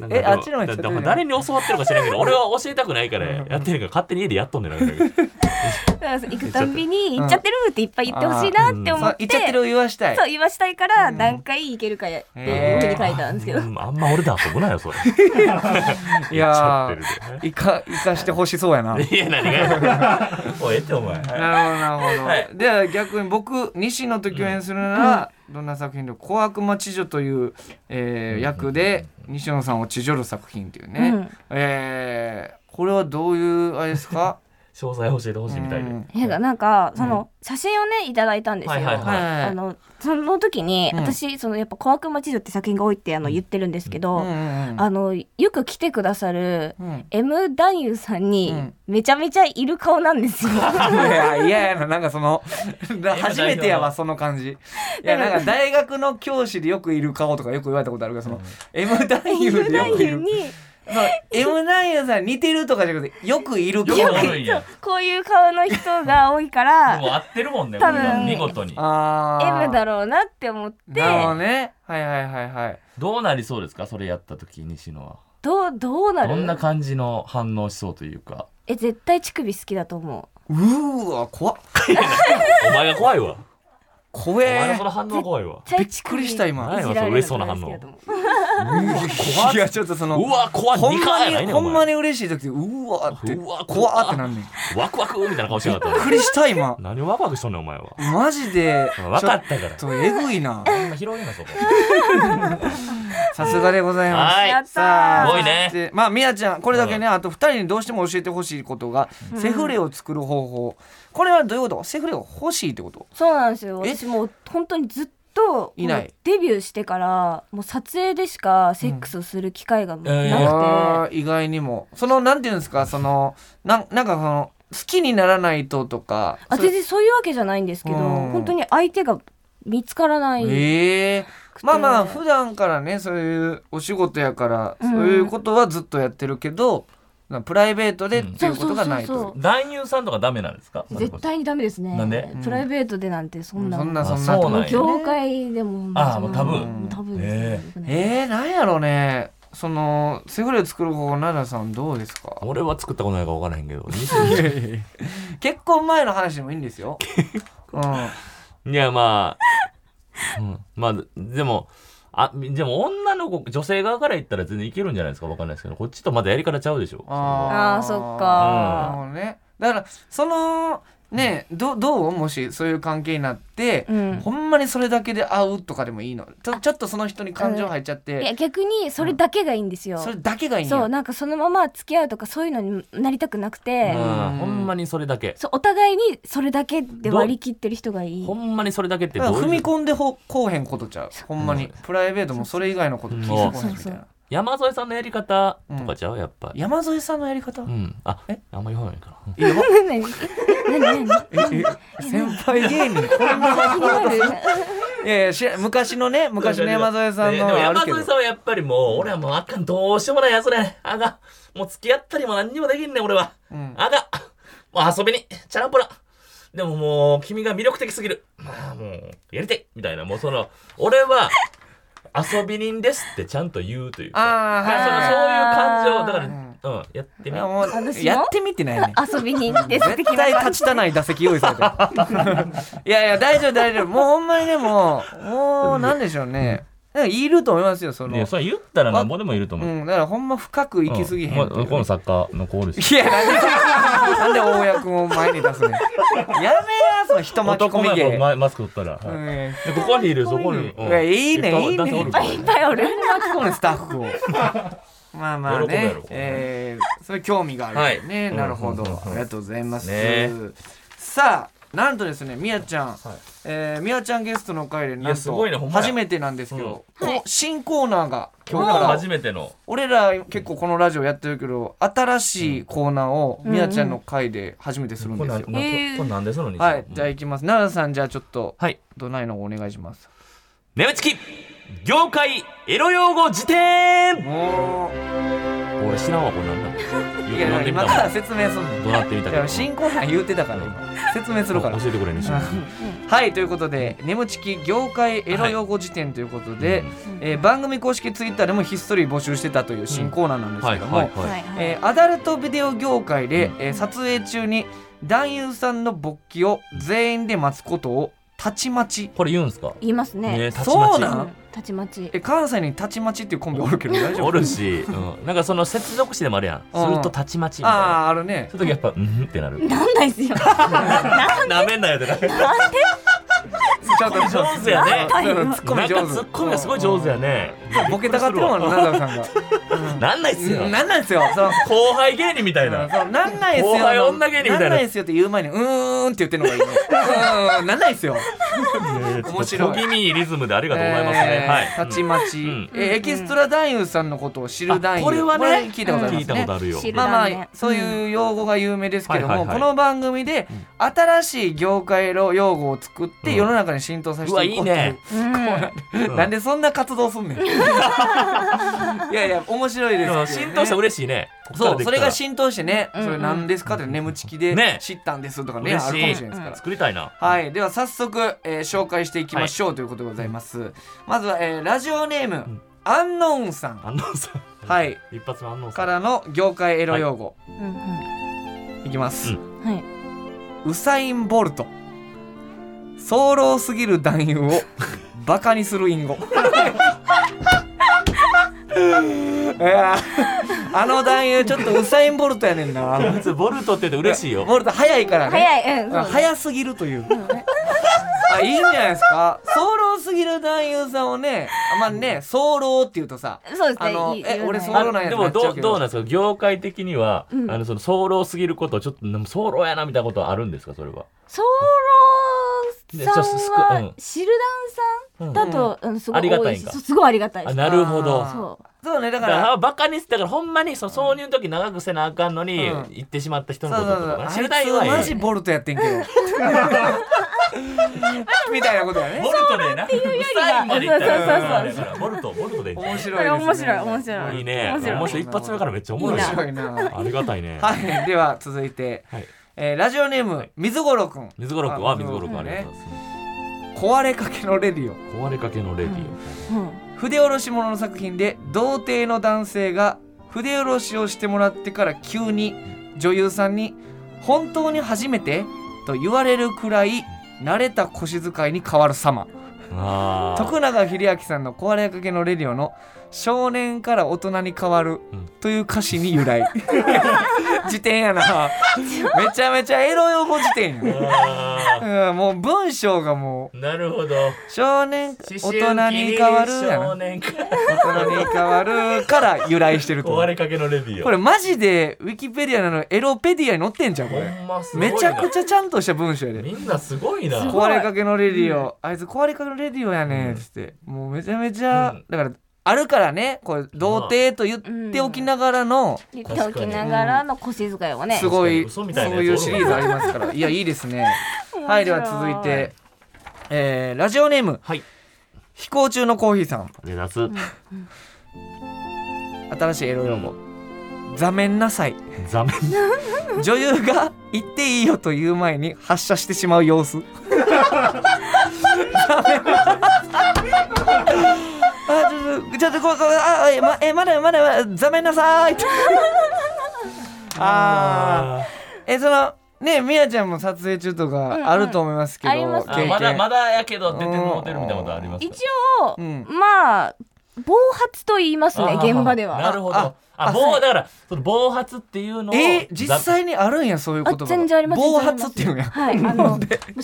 [SPEAKER 2] えあっちの方が言っちゃってる
[SPEAKER 3] だだ誰に教わってるか知らんけど俺は教えたくないからやってるから勝手に家でやっとんねんな
[SPEAKER 4] だから行くたんびに行っちゃってるっていっぱい言ってほしいなって思
[SPEAKER 2] そ
[SPEAKER 4] っ
[SPEAKER 2] う
[SPEAKER 4] て、
[SPEAKER 2] 行っちゃってる言わししたい
[SPEAKER 4] そう言わしたいから何回いけるかやって
[SPEAKER 2] へー
[SPEAKER 4] 切り替えたんですけど、
[SPEAKER 3] うんあんま俺で遊ぶな よそれ
[SPEAKER 2] いや
[SPEAKER 3] 言っちゃってる
[SPEAKER 2] ーいか生かしてほしそうや ななる
[SPEAKER 3] いや何が おいええってお前
[SPEAKER 2] ほどなるほど、では逆に僕西野と共演するなら、どんな作品でも「小悪魔知女」という、えー役で西野さんを知女る作品というね、
[SPEAKER 4] うん
[SPEAKER 2] えーこれはどういうあれです か
[SPEAKER 3] 詳細教えてほしいみたいで
[SPEAKER 2] うん
[SPEAKER 4] いやなんかその写真をねいただいたんですよ、
[SPEAKER 3] はいはいはい
[SPEAKER 4] あのその時に、
[SPEAKER 2] うん
[SPEAKER 4] 私そのやっぱ「小悪魔地図」って作品が多いってあの言ってるんですけど、
[SPEAKER 2] うんうんうん
[SPEAKER 4] あのよく来てくださる
[SPEAKER 2] うん
[SPEAKER 4] M 男優さん
[SPEAKER 2] う
[SPEAKER 4] に
[SPEAKER 2] ん
[SPEAKER 4] めちゃめちゃいる顔な んですよ。
[SPEAKER 2] いやいややななんかその初めてやわその感じいやなんか大学の教師でよくいる顔とかよく言われたことあるけどその M 男優
[SPEAKER 4] M
[SPEAKER 2] でよ
[SPEAKER 4] 男
[SPEAKER 2] くい
[SPEAKER 4] 優
[SPEAKER 2] る
[SPEAKER 4] に
[SPEAKER 2] その M 男優さん似てるとかじゃなくてよくいる顔
[SPEAKER 3] よ
[SPEAKER 4] く
[SPEAKER 3] おもろいやん
[SPEAKER 4] こういう顔の人が多いから
[SPEAKER 3] でも合ってるもんね
[SPEAKER 4] 多分
[SPEAKER 3] これは見事に
[SPEAKER 2] あー
[SPEAKER 4] M だろうなって思って
[SPEAKER 2] なるほどねはいはいはいはい
[SPEAKER 3] どうなりそうですかそれやった時西野は
[SPEAKER 4] どうどうな
[SPEAKER 3] どんな
[SPEAKER 4] る
[SPEAKER 3] 感じの反応しそうというか
[SPEAKER 4] え絶対乳首好きだと思
[SPEAKER 2] うーわ怖っ
[SPEAKER 3] お前が怖いわ
[SPEAKER 2] 怖
[SPEAKER 3] お前の
[SPEAKER 2] え
[SPEAKER 3] その反応怖いわ
[SPEAKER 4] う
[SPEAKER 2] びっくりした今
[SPEAKER 4] 絶対乳首いじられるのが好きだと思う
[SPEAKER 2] いやちょっとその
[SPEAKER 3] うわ怖い
[SPEAKER 2] ほん
[SPEAKER 3] 2
[SPEAKER 2] ま
[SPEAKER 3] 回
[SPEAKER 2] に
[SPEAKER 3] やないね
[SPEAKER 2] ほ
[SPEAKER 3] お
[SPEAKER 2] んま
[SPEAKER 3] 前
[SPEAKER 2] に嬉しい時ってうわーって
[SPEAKER 3] うわ
[SPEAKER 2] 怖っってなんねんび
[SPEAKER 3] ワクワクみたいな顔しやがった
[SPEAKER 2] っくりした今
[SPEAKER 3] 何をワクワクしとんねんお前は
[SPEAKER 2] マジ で
[SPEAKER 3] 分かったから
[SPEAKER 2] ちょっとえぐいな
[SPEAKER 3] そんな広げなそこ
[SPEAKER 2] さすがでございます
[SPEAKER 3] はい
[SPEAKER 4] やったー
[SPEAKER 2] さあ
[SPEAKER 3] すごいね
[SPEAKER 2] そしてまあみやちゃんこれだけねあと2人にどうしても教えてほしいことがセフレを作る方法これはどういうことセフレが欲しいってこと
[SPEAKER 4] そうなんですよ
[SPEAKER 2] え
[SPEAKER 4] 私もう本当にずっと
[SPEAKER 2] いない
[SPEAKER 4] もうデビューしてからもう撮影でしかセックスをする機会がもう
[SPEAKER 3] うん
[SPEAKER 4] なくて、
[SPEAKER 2] あー意外にもそのなんていうんですかそのなんなんかその好きにならないととか
[SPEAKER 4] あ全然そういうわけじゃないんですけど、
[SPEAKER 2] うん
[SPEAKER 4] 本当に相手が見つからない、
[SPEAKER 2] ええ
[SPEAKER 4] くて
[SPEAKER 2] まあまあ普段からねそういうお仕事やから
[SPEAKER 4] うん
[SPEAKER 2] そういうことはずっとやってるけど、なプライベートでっ
[SPEAKER 3] うん
[SPEAKER 2] ていうことがないという
[SPEAKER 4] そうそうそう
[SPEAKER 3] 男優さんとかダメなんですか
[SPEAKER 4] 絶対にダメですね
[SPEAKER 3] なんで
[SPEAKER 4] プライベートでなんてそ
[SPEAKER 2] うんん
[SPEAKER 4] な、
[SPEAKER 2] そんなそん
[SPEAKER 3] あ
[SPEAKER 2] な
[SPEAKER 3] そうなん
[SPEAKER 4] もう
[SPEAKER 3] や
[SPEAKER 4] 業界でも
[SPEAKER 3] あーもうタブ
[SPEAKER 2] ー
[SPEAKER 4] もうタブーですね
[SPEAKER 2] えー、なんやろうねそのセフレ作る方法奈良さんどうですか
[SPEAKER 3] 俺は作ったことないから分からへんけど
[SPEAKER 2] 結婚前の話でもいいんですよ、うん、あ
[SPEAKER 3] いやま あ、うん、まあでもあでも女の子女性側から言ったら全然いけるんじゃないですか分かんないですけどこっちとまだやり方ちゃうでしょ
[SPEAKER 4] あーそっか
[SPEAKER 2] うんなるほどねだからそのねどどうもしそういう関係になって、
[SPEAKER 4] うん
[SPEAKER 2] ほんまにそれだけで会うとかでもいいのちょちょっとその人に感情入っちゃっ
[SPEAKER 4] いや
[SPEAKER 2] て、
[SPEAKER 4] 逆にそれだけがいいんですよ、
[SPEAKER 2] それだけがいいんや
[SPEAKER 4] そうなんかそのまま付き合うとかそういうのになりたくなく
[SPEAKER 3] う
[SPEAKER 4] て、
[SPEAKER 3] ん、ほんまにそれだけ
[SPEAKER 4] そうお互いにそれだけで割り切ってる人がいい
[SPEAKER 3] ほんまにそれだけって
[SPEAKER 2] だから
[SPEAKER 3] どう
[SPEAKER 2] 踏
[SPEAKER 3] い
[SPEAKER 2] み
[SPEAKER 3] う
[SPEAKER 2] 込んでほこうへんことちゃうほんまに、プライベートもそれ以外のこと聞いてこうへんみたいな、
[SPEAKER 3] 山添さんのやり方とかちゃうやっぱり
[SPEAKER 2] 山添さんのやり方、
[SPEAKER 3] うんあ
[SPEAKER 2] え
[SPEAKER 3] あんまり言わないからうん
[SPEAKER 2] やば
[SPEAKER 4] 何何何
[SPEAKER 2] ええ 先輩芸人こんな
[SPEAKER 4] 気になる
[SPEAKER 2] いやいや知ら昔のね昔の山添さん
[SPEAKER 3] ね
[SPEAKER 2] の
[SPEAKER 3] でも
[SPEAKER 2] はある
[SPEAKER 3] 山
[SPEAKER 2] けど
[SPEAKER 3] 添さんはやっぱりもう俺はもうあかんどうしようもないやそれあがもう付き合ったりも何にもできんねん俺は
[SPEAKER 2] うん
[SPEAKER 3] あがもう遊びにチャランポラでももう君が魅力的すぎるまあもうやりたいみたいなもうその俺は遊び人ですってちゃんと言うというか
[SPEAKER 2] ああ
[SPEAKER 3] だからその
[SPEAKER 2] は
[SPEAKER 3] そういう感情だか
[SPEAKER 2] うん
[SPEAKER 3] らうんやって
[SPEAKER 2] い
[SPEAKER 3] み
[SPEAKER 2] いやもう
[SPEAKER 4] 私も
[SPEAKER 2] やってみてないね
[SPEAKER 4] 遊びに行って素
[SPEAKER 2] 絶
[SPEAKER 4] 敵な
[SPEAKER 2] 対
[SPEAKER 4] 感じ
[SPEAKER 2] 立ちたない打席用意され てるいやいや大丈夫大丈夫もうほんまにでももうなんでしょうねなんかいると思いますよその
[SPEAKER 3] ねそれ言ったらなんぼでもいると
[SPEAKER 2] う
[SPEAKER 3] 思う、
[SPEAKER 2] んだからほんま深く行き過ぎへんっていう
[SPEAKER 3] うんまあ向こうの作家の子です
[SPEAKER 2] いや、なんで、なんで大君を前に出すねん。やめや、その人巻き込
[SPEAKER 3] 男
[SPEAKER 2] み
[SPEAKER 3] の子
[SPEAKER 2] 芸。
[SPEAKER 3] ママスク取ったら、はい
[SPEAKER 2] うん
[SPEAKER 3] でここにいるそこに、
[SPEAKER 2] いやいいね
[SPEAKER 3] っぱ
[SPEAKER 2] いいね
[SPEAKER 3] 男性おるから
[SPEAKER 4] いっぱいおる
[SPEAKER 2] 巻き込むスタッフを。まあまあ
[SPEAKER 3] 喜ぶや
[SPEAKER 2] ね
[SPEAKER 3] ろ、
[SPEAKER 2] えー、そういう興味があるよね、
[SPEAKER 3] はい
[SPEAKER 2] なるほど、
[SPEAKER 3] うんうんうんう
[SPEAKER 2] あ
[SPEAKER 3] ん
[SPEAKER 2] りがとうございます。
[SPEAKER 3] ね
[SPEAKER 2] さあ、なんとですね、みやちゃん、えーみやちゃんゲストの回で、
[SPEAKER 3] い
[SPEAKER 2] なん
[SPEAKER 3] やすごいね
[SPEAKER 2] と
[SPEAKER 3] ほんまや
[SPEAKER 2] 初めてなんですけど、こ新コーナーが 今
[SPEAKER 3] 今
[SPEAKER 2] 日
[SPEAKER 3] 日
[SPEAKER 2] から
[SPEAKER 3] 初めての
[SPEAKER 2] 俺ら結構このラジオやってるけど、新しいコーナーをみやちゃんの回で初めてするん
[SPEAKER 3] こ
[SPEAKER 2] で
[SPEAKER 3] れ
[SPEAKER 2] す
[SPEAKER 3] な
[SPEAKER 2] よ。
[SPEAKER 3] んこれなんでそのに
[SPEAKER 2] はい、じゃあ行きます。奈良さん、じゃあちょっと、
[SPEAKER 3] はい
[SPEAKER 2] どないのお願いします。
[SPEAKER 3] 眠ちき業界エロ用語辞典
[SPEAKER 2] も
[SPEAKER 3] 俺知らんわこれなんだ
[SPEAKER 2] う、 い
[SPEAKER 3] 読
[SPEAKER 2] や、
[SPEAKER 3] んでみ
[SPEAKER 2] 今
[SPEAKER 3] た
[SPEAKER 2] から
[SPEAKER 3] もん
[SPEAKER 2] 説明するの。
[SPEAKER 3] どうなってみた
[SPEAKER 2] い
[SPEAKER 3] か
[SPEAKER 2] や、新コーナー言うてたから、今説明するから
[SPEAKER 3] 教。えてくれね
[SPEAKER 2] はい、ということで、眠ちき業界エロ用語辞典ということで、えー番組公式ツイッターでもひっそり募集してたという新コーナーなんですけ
[SPEAKER 3] はい
[SPEAKER 2] ど
[SPEAKER 3] は
[SPEAKER 2] も
[SPEAKER 3] い、はい
[SPEAKER 4] はい
[SPEAKER 2] えーアダルトビデオ業界で、えー撮影中に男優さんの勃起を全員で待つことをたちまち
[SPEAKER 3] これ言うんすか
[SPEAKER 4] 言いますね
[SPEAKER 3] ねたちま
[SPEAKER 2] そう
[SPEAKER 3] ち
[SPEAKER 2] な
[SPEAKER 4] うんんたちまち
[SPEAKER 2] え関西にたちまちっていうコンビおるけど大丈夫
[SPEAKER 3] おるし、うん、なんかその接続詞でもあるやんす
[SPEAKER 2] うん
[SPEAKER 3] るとたちまちみたいな
[SPEAKER 2] あああるね
[SPEAKER 3] その時やっぱ「うん」ってなる
[SPEAKER 4] なんない っすよ
[SPEAKER 3] なめんなよってなる
[SPEAKER 2] ちょっと
[SPEAKER 3] 上手やね
[SPEAKER 2] うんツッコ
[SPEAKER 3] な
[SPEAKER 2] ミ
[SPEAKER 3] んか
[SPEAKER 2] 上手
[SPEAKER 3] ツッコミがすごい上手やね
[SPEAKER 2] うんボケたがってるもんなナダルさんが
[SPEAKER 3] なんないっすよ
[SPEAKER 2] うんなんなんですよその
[SPEAKER 3] 後輩芸人みたい
[SPEAKER 2] うん
[SPEAKER 3] な
[SPEAKER 2] そのなんないっすよ
[SPEAKER 3] 後輩女芸人みた
[SPEAKER 2] な
[SPEAKER 3] いな
[SPEAKER 2] んないっすよって言う前にうーんって言ってるのがいいねうーんなんないっすよ面白い
[SPEAKER 3] 小気味いいリズムでありがとうございますね、
[SPEAKER 2] えー
[SPEAKER 3] はい
[SPEAKER 2] たちまち、
[SPEAKER 3] うん
[SPEAKER 2] えエキストラ男優さんのことを知る男
[SPEAKER 3] あ
[SPEAKER 2] 優
[SPEAKER 3] これはね
[SPEAKER 2] 聞いたことあり
[SPEAKER 3] 聞
[SPEAKER 2] ま
[SPEAKER 3] い
[SPEAKER 2] す
[SPEAKER 3] たこ
[SPEAKER 2] ね
[SPEAKER 3] とあるよ
[SPEAKER 4] 知る
[SPEAKER 2] まあ
[SPEAKER 4] だ
[SPEAKER 2] まあ
[SPEAKER 4] ね
[SPEAKER 2] そういう用語が有名ですけど
[SPEAKER 3] はい
[SPEAKER 2] も、
[SPEAKER 3] はいは
[SPEAKER 2] こ
[SPEAKER 3] い
[SPEAKER 2] の番組で新しい業界の用語を作って
[SPEAKER 3] うん
[SPEAKER 2] 世の中に浸透させ
[SPEAKER 3] う
[SPEAKER 2] て
[SPEAKER 3] わ
[SPEAKER 2] い
[SPEAKER 3] い
[SPEAKER 2] こ
[SPEAKER 3] いう
[SPEAKER 2] っていう、
[SPEAKER 3] ね
[SPEAKER 4] うん
[SPEAKER 3] うん
[SPEAKER 2] なんでそんな活動す んねんいやいや面白いで
[SPEAKER 3] ですも
[SPEAKER 2] けどね
[SPEAKER 3] 浸透したら嬉しいねここか
[SPEAKER 2] そ
[SPEAKER 3] ら
[SPEAKER 2] う
[SPEAKER 3] できた
[SPEAKER 2] そ
[SPEAKER 3] ら
[SPEAKER 2] れが浸透してね、
[SPEAKER 4] うんうん
[SPEAKER 2] それ何ですかって眠ちき
[SPEAKER 3] ね
[SPEAKER 2] で知ったんですとかね
[SPEAKER 3] 嬉しい
[SPEAKER 2] あるかもしれないですから、
[SPEAKER 3] 作りたいな
[SPEAKER 2] はい、では早速、えー紹介していきましょう、ということでございます。まずは、えーラジオネーム、
[SPEAKER 3] ん
[SPEAKER 2] アンノーンさん
[SPEAKER 3] 安納さん
[SPEAKER 2] はい
[SPEAKER 3] 一発の安納さ
[SPEAKER 2] か
[SPEAKER 3] ん
[SPEAKER 2] らの業界エロ用語、
[SPEAKER 4] うん
[SPEAKER 2] い、きます、
[SPEAKER 3] うん
[SPEAKER 4] うんはい
[SPEAKER 2] ウサイン・ボルト早漏すぎる男 優をバカにするイ ンゴいやーあの男優ちょっとウサイン・ボルトやねんな
[SPEAKER 3] 普通ボルトって言って嬉しいよ
[SPEAKER 2] ボルト早いからね
[SPEAKER 4] 早いうん
[SPEAKER 2] うん
[SPEAKER 4] そうね
[SPEAKER 2] 早すぎるという。あいいんじゃないですか。早漏すぎる男優さんをね、あまあね、早漏って言うとさ、
[SPEAKER 4] そうですね
[SPEAKER 2] あの
[SPEAKER 4] いい
[SPEAKER 2] え
[SPEAKER 4] 言わ
[SPEAKER 2] 俺
[SPEAKER 4] ない
[SPEAKER 2] そう
[SPEAKER 3] あ
[SPEAKER 2] ボルトなんや
[SPEAKER 3] でも
[SPEAKER 2] なっち
[SPEAKER 3] ど
[SPEAKER 2] ゃう
[SPEAKER 3] う
[SPEAKER 2] けど
[SPEAKER 3] どうなんですか業界的には、
[SPEAKER 4] うん
[SPEAKER 3] あのその早漏すぎることをちょっとでも早漏やなみたいなことはあるんですかそれは
[SPEAKER 4] ソーロ
[SPEAKER 3] ねちょ
[SPEAKER 4] さ
[SPEAKER 3] っとす
[SPEAKER 4] ん
[SPEAKER 3] くうん
[SPEAKER 4] はシルダンさんだと、うんすごい
[SPEAKER 3] ありが
[SPEAKER 4] 多
[SPEAKER 3] た
[SPEAKER 4] い
[SPEAKER 3] いん
[SPEAKER 4] し
[SPEAKER 3] か
[SPEAKER 4] そうすごいありがたいで
[SPEAKER 3] あ
[SPEAKER 4] す
[SPEAKER 3] なるほど
[SPEAKER 2] あー
[SPEAKER 4] そ
[SPEAKER 2] そうね、だ
[SPEAKER 3] だ
[SPEAKER 2] か
[SPEAKER 3] から
[SPEAKER 2] ら。
[SPEAKER 3] バカにしてだからほんまにその挿入の時長くせなあかんのに、
[SPEAKER 2] うん
[SPEAKER 3] 行ってしまった人
[SPEAKER 2] そう
[SPEAKER 3] の
[SPEAKER 2] そう
[SPEAKER 3] こと
[SPEAKER 2] そ
[SPEAKER 3] とか
[SPEAKER 2] う。
[SPEAKER 3] ね
[SPEAKER 2] あ
[SPEAKER 3] 知
[SPEAKER 2] い
[SPEAKER 3] りたい
[SPEAKER 2] つ
[SPEAKER 3] わ
[SPEAKER 2] マジボルトやってんけど。 みたいなことやね
[SPEAKER 3] ボ。ルトでなっていうよ
[SPEAKER 4] りは
[SPEAKER 3] まで行ったら
[SPEAKER 4] そうそう
[SPEAKER 3] ボルトボルトで行っ
[SPEAKER 2] 面
[SPEAKER 3] た
[SPEAKER 2] 白いですね。
[SPEAKER 4] 面白い面白
[SPEAKER 3] いいね
[SPEAKER 4] 面白い
[SPEAKER 3] 面白い一発目からめっちゃおもろ
[SPEAKER 2] 面
[SPEAKER 3] いし
[SPEAKER 2] 白いな。
[SPEAKER 3] ありがたいね
[SPEAKER 2] はい、では続いて、
[SPEAKER 3] はい
[SPEAKER 2] えーラジオネーム、
[SPEAKER 3] はい
[SPEAKER 2] 水五郎くん。
[SPEAKER 3] 水五郎君は
[SPEAKER 2] あ
[SPEAKER 3] 水五郎
[SPEAKER 2] う
[SPEAKER 3] 君
[SPEAKER 2] ん
[SPEAKER 3] ありがとうございま
[SPEAKER 2] 壊れかけのレディオ。
[SPEAKER 3] す壊れかけのレディ
[SPEAKER 4] う、うん、
[SPEAKER 2] 筆下ろし者の作品で童貞の男性が筆下ろしをしてもらってから急に女優さんに「本当に初めて?」と言われるくらい慣れた腰遣いに変わる様
[SPEAKER 3] オあー
[SPEAKER 2] 徳永英明さんの「壊れかけのレディオ」の「少年から大人に変わる
[SPEAKER 3] うん」
[SPEAKER 2] という歌詞に由 来辞典やなめちゃめちゃエロ用語辞典や
[SPEAKER 3] あ
[SPEAKER 2] うんもう文章がも
[SPEAKER 3] ーなるほど
[SPEAKER 2] う少年大
[SPEAKER 3] 思
[SPEAKER 2] 人
[SPEAKER 3] 春期
[SPEAKER 2] に変わるやな
[SPEAKER 3] 少年か
[SPEAKER 2] 大人に変わるから由来してると思
[SPEAKER 3] 壊
[SPEAKER 2] う
[SPEAKER 3] れかけのレディオ
[SPEAKER 2] これマジでウィキペディアなのエロペディアに載ってんじゃんこ
[SPEAKER 3] ほ
[SPEAKER 2] れ
[SPEAKER 3] んますごいな
[SPEAKER 2] めちゃくちゃちゃんとした文章やで
[SPEAKER 3] みんなすごいな
[SPEAKER 4] すごい
[SPEAKER 2] 壊れかけのレディオあいつ壊れかけのレディオやねんっつってもうめちゃめちゃ
[SPEAKER 3] うん
[SPEAKER 2] だからあるからねこれ童貞と言っておきながらの
[SPEAKER 4] 言っておきながらの腰遣いをね
[SPEAKER 2] すごいそ
[SPEAKER 3] 嘘
[SPEAKER 2] う
[SPEAKER 3] みたいなやつ
[SPEAKER 2] いうシリーズあります からいやいいですねはいでは続いてえーラジオネーム
[SPEAKER 3] はい
[SPEAKER 2] 飛行中のコーヒーさん
[SPEAKER 3] 目指す
[SPEAKER 2] 新しいエロ用語ざめんなさい
[SPEAKER 3] ザメ
[SPEAKER 2] 女優が行っていいよと言う前に発射してしまう様子あちょっとちょっとこうこうあえまえまだまだざめんなさーいってあ
[SPEAKER 3] あ
[SPEAKER 2] ーえそのねみやちゃんも撮影中とかあると思いますけど、
[SPEAKER 4] うんうんあります
[SPEAKER 2] 経
[SPEAKER 4] ね
[SPEAKER 2] 験
[SPEAKER 3] ーまだまだやけど出てもうてるみたいなことあります
[SPEAKER 4] 一応、
[SPEAKER 2] うん
[SPEAKER 4] まあ暴発と言いますね
[SPEAKER 3] あー
[SPEAKER 4] 現場で
[SPEAKER 3] な
[SPEAKER 4] は
[SPEAKER 3] るほど
[SPEAKER 2] あ
[SPEAKER 3] あ暴だからその暴発っていうのを
[SPEAKER 2] え実
[SPEAKER 3] ざ
[SPEAKER 2] 際にあるんやそういう言葉が
[SPEAKER 4] 全然あります
[SPEAKER 2] 暴発っていうんや
[SPEAKER 4] はいあの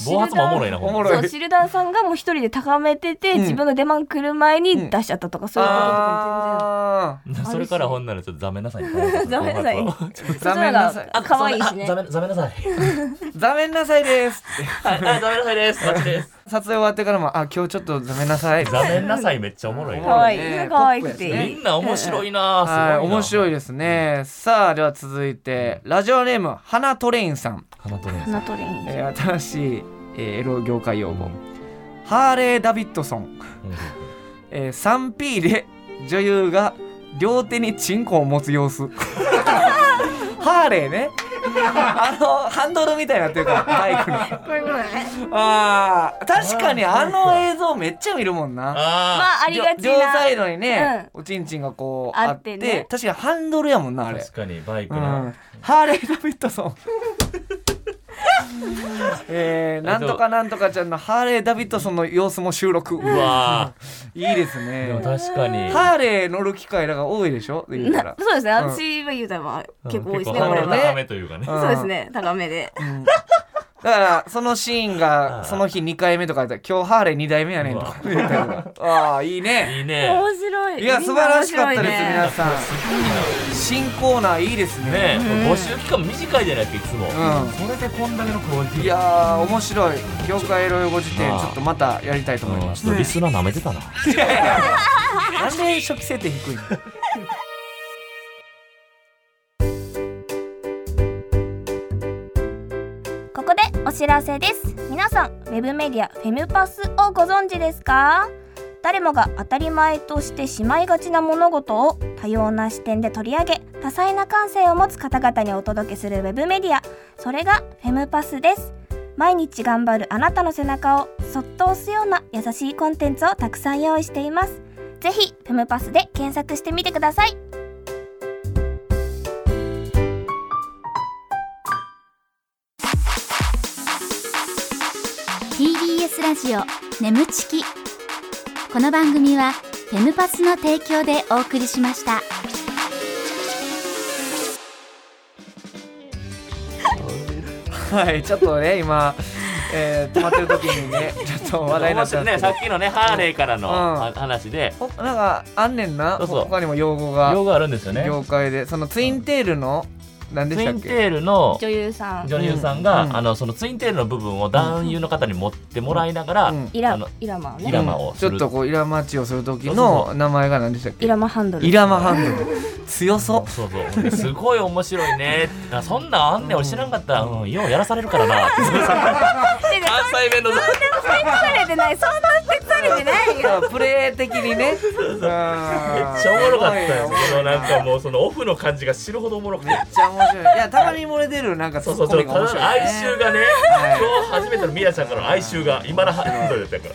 [SPEAKER 3] 暴発もおもろい
[SPEAKER 4] い
[SPEAKER 3] な
[SPEAKER 2] お
[SPEAKER 3] ほ
[SPEAKER 2] も
[SPEAKER 3] ん
[SPEAKER 2] ろい
[SPEAKER 3] ま
[SPEAKER 4] そうシルダンさんがもう一人で高めてて、
[SPEAKER 2] うん
[SPEAKER 4] 自分の出番来る前
[SPEAKER 2] うん
[SPEAKER 4] に出しちゃったとか、そういうこととか
[SPEAKER 2] あ
[SPEAKER 3] それからほんならちょっとザメなさいザ
[SPEAKER 4] メなさい
[SPEAKER 2] ー
[SPEAKER 4] も全然
[SPEAKER 2] ざめんなさい
[SPEAKER 4] そっちの方が可愛いしね
[SPEAKER 3] ザメザメなさい
[SPEAKER 2] ざめんなさいですって
[SPEAKER 3] はいあザメなさいですこっちです
[SPEAKER 2] 撮影終わってからも「あ今日ちょっとざめんなさい」
[SPEAKER 3] ザメなさいめっちゃおもろい
[SPEAKER 2] おもろ
[SPEAKER 3] な
[SPEAKER 4] 可愛い
[SPEAKER 2] ね
[SPEAKER 4] 可愛くて
[SPEAKER 2] ポップやし
[SPEAKER 3] み
[SPEAKER 2] ね
[SPEAKER 3] んな面白いなすごい
[SPEAKER 2] はい
[SPEAKER 3] な
[SPEAKER 2] 面白い
[SPEAKER 3] い
[SPEAKER 2] ですねさあでは続いてラジオネーム花トレインさん、
[SPEAKER 3] 花とね
[SPEAKER 4] 花トレイン、
[SPEAKER 2] えー新しい、えーエロ業界用語、ハーレー・ダビッドソン、えー 3P で女優が両手にチンコを持つ様子 ハーレーねあのハンドルみたいになってるからバイクの
[SPEAKER 4] これこれね
[SPEAKER 2] あー確かにあの映像めっちゃ見るもんな
[SPEAKER 4] ま
[SPEAKER 3] あ
[SPEAKER 4] あありがち
[SPEAKER 2] 両両サイ
[SPEAKER 4] な
[SPEAKER 2] ドにね、おちんちんがこうあ
[SPEAKER 4] あ
[SPEAKER 2] っ
[SPEAKER 4] っててね
[SPEAKER 2] 確かにハンドルやもんなあ
[SPEAKER 3] あ
[SPEAKER 2] れ
[SPEAKER 3] 確かにバイク
[SPEAKER 2] うん
[SPEAKER 3] の
[SPEAKER 2] ハーレー・ダビッドソン えー、なんとかなんとかちゃんのハーレー・ダビッドソンの様子も収録。う
[SPEAKER 3] うわ
[SPEAKER 2] いいです
[SPEAKER 3] ーでも
[SPEAKER 2] ね。
[SPEAKER 3] 確かに
[SPEAKER 2] ハーレー乗る機会だから多いでしょ言うたら
[SPEAKER 4] な。そうですね私は言うたらまあ結構多いですね
[SPEAKER 3] 結
[SPEAKER 4] これ
[SPEAKER 3] 構
[SPEAKER 4] は
[SPEAKER 3] 高めというかね
[SPEAKER 2] うん
[SPEAKER 4] そうですね高めで
[SPEAKER 2] だからそのシーンがその日2回目とかだったら今日ハーレー2代目やねんとか言うたらああいいね
[SPEAKER 3] いい
[SPEAKER 4] 面
[SPEAKER 3] ね
[SPEAKER 4] 白い
[SPEAKER 2] いや素晴らしかったです
[SPEAKER 4] みんな面白いね
[SPEAKER 2] 皆さん新コーナーいいですね
[SPEAKER 3] ね募集期間短いじゃないですかいつも
[SPEAKER 2] う
[SPEAKER 3] それでこんだけのクオリテ
[SPEAKER 2] んいやー面白い業界ロ用語辞典ちょっとまたやりたいと思いま
[SPEAKER 3] ちょっとリスナー舐めてたな
[SPEAKER 2] すなんで初期設定低いの
[SPEAKER 4] ここでお知らせです皆さんウェブメディアフェムパスをご存知ですか誰もが当たり前としてしまいがちな物事を多様な視点で取り上げ多彩な感性を持つ方々にお届けするウェブメディアそれがフェムパスです毎日頑張るあなたの背中をそっと押すような優しいコンテンツをたくさん用意していますぜひフェムパスで検索してみてください
[SPEAKER 5] 「TBS ラジオ眠ちき」この番組は「フェムパス」の提供でお送りしました。
[SPEAKER 2] はいちょっとね今、えー、止まってる時に ねちょっと話題になっちゃったん
[SPEAKER 3] ね
[SPEAKER 2] ですけ
[SPEAKER 3] さ
[SPEAKER 2] ど
[SPEAKER 3] っきのねハーレーからの
[SPEAKER 2] うん
[SPEAKER 3] は話で
[SPEAKER 2] ほなんかあんねんな
[SPEAKER 3] そうそう
[SPEAKER 2] 他にも用語が
[SPEAKER 3] 用があるんですよね
[SPEAKER 2] 業界でそのツインテールの何で
[SPEAKER 3] ツ
[SPEAKER 2] し
[SPEAKER 3] イ
[SPEAKER 2] たっ
[SPEAKER 3] ン
[SPEAKER 2] け
[SPEAKER 3] テールの
[SPEAKER 4] 女優さん
[SPEAKER 3] 女優さんが、
[SPEAKER 2] うん
[SPEAKER 3] あのそのツインテールの部分を男優の方に持ってもらいながら、
[SPEAKER 2] うん
[SPEAKER 4] イ
[SPEAKER 3] あ
[SPEAKER 4] ラ
[SPEAKER 3] の
[SPEAKER 4] イラマを
[SPEAKER 3] イ
[SPEAKER 4] ね
[SPEAKER 3] ラマをす
[SPEAKER 2] ちょ
[SPEAKER 3] る
[SPEAKER 2] っとこうイラマチをする時
[SPEAKER 3] そうそうそ
[SPEAKER 2] の名前が何でしたっけ
[SPEAKER 4] イラマハンドル
[SPEAKER 2] イラマハンドル強そ
[SPEAKER 3] そうそうすごい面白いねあそんなんあんねん俺知らんかった、うん、ようやらされるから な
[SPEAKER 4] でね
[SPEAKER 3] 関西弁の
[SPEAKER 4] 説されてないそんな説されてないうよ
[SPEAKER 2] プレー的にねめっち
[SPEAKER 3] めっちゃおもろかったよそのなんか
[SPEAKER 2] う
[SPEAKER 3] もうそのオフの感じが死ぬほどおもろくて
[SPEAKER 2] めっちゃ面白いいやたまに漏れ出るなんかツ
[SPEAKER 3] そうそ
[SPEAKER 2] ッ
[SPEAKER 3] うそ
[SPEAKER 2] コ
[SPEAKER 3] う
[SPEAKER 2] ミが
[SPEAKER 3] た
[SPEAKER 2] 面白
[SPEAKER 3] だの
[SPEAKER 2] い
[SPEAKER 3] 哀
[SPEAKER 2] ね
[SPEAKER 3] 愁がね
[SPEAKER 2] はい
[SPEAKER 3] 今日初めてのミヤちゃんからの哀愁が今のハンドルだったから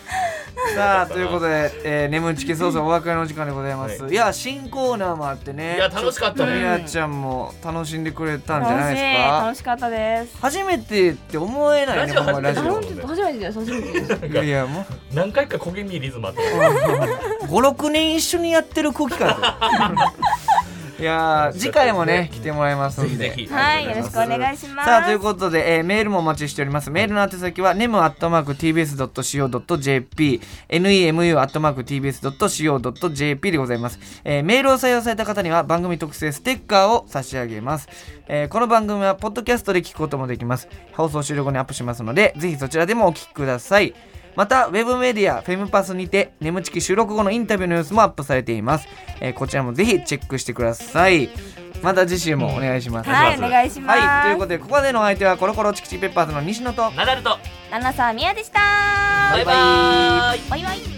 [SPEAKER 2] さあということで、えー、眠ちきそうそうお別れの時間でございます、、
[SPEAKER 3] はい
[SPEAKER 2] や新コーナーもあってね
[SPEAKER 3] いや楽しかったね
[SPEAKER 2] みやちゃんも楽しんでくれたんじゃない
[SPEAKER 4] 楽し
[SPEAKER 2] で
[SPEAKER 4] い
[SPEAKER 2] すか
[SPEAKER 4] 楽しかったです
[SPEAKER 2] 初めてって思えないね
[SPEAKER 3] ラジオ
[SPEAKER 2] ほんまラジ
[SPEAKER 3] 初め
[SPEAKER 2] オ
[SPEAKER 3] て
[SPEAKER 4] 本当初めてです初めてで
[SPEAKER 2] い
[SPEAKER 4] す
[SPEAKER 2] やいやもう
[SPEAKER 3] 何回か焦げみリズムあった
[SPEAKER 2] 56年一緒にやってる空気 感だよいやー次回もね来てもらいます
[SPEAKER 3] ぜ
[SPEAKER 2] の
[SPEAKER 3] ひ
[SPEAKER 2] で
[SPEAKER 3] ぜひ
[SPEAKER 4] はいよろしくお願いします
[SPEAKER 2] さあということで、えーメールもお待ちしておりますメールの宛先は nemu.tbs.co.jp nemu.tbs.co.jp でございます、えーメールを採用された方には番組特製ステッカーを差し上げます、えーこの番組はポッドキャストで聞くこともできます放送終了後にアップしますのでぜひそちらでもお聞きくださいまたウェブメディアフェムパスにて眠ちき収録後のインタビューの様子もアップされています、えーこちらもぜひチェックしてくださいまた次週もお願いします、
[SPEAKER 4] はいお願いします、
[SPEAKER 2] はい、ということでここまでのお相手はコロコロチキチキペッパーズの西野と
[SPEAKER 3] ナダルと
[SPEAKER 4] ナナサミヤでした
[SPEAKER 3] バイバーイ
[SPEAKER 4] バイバイ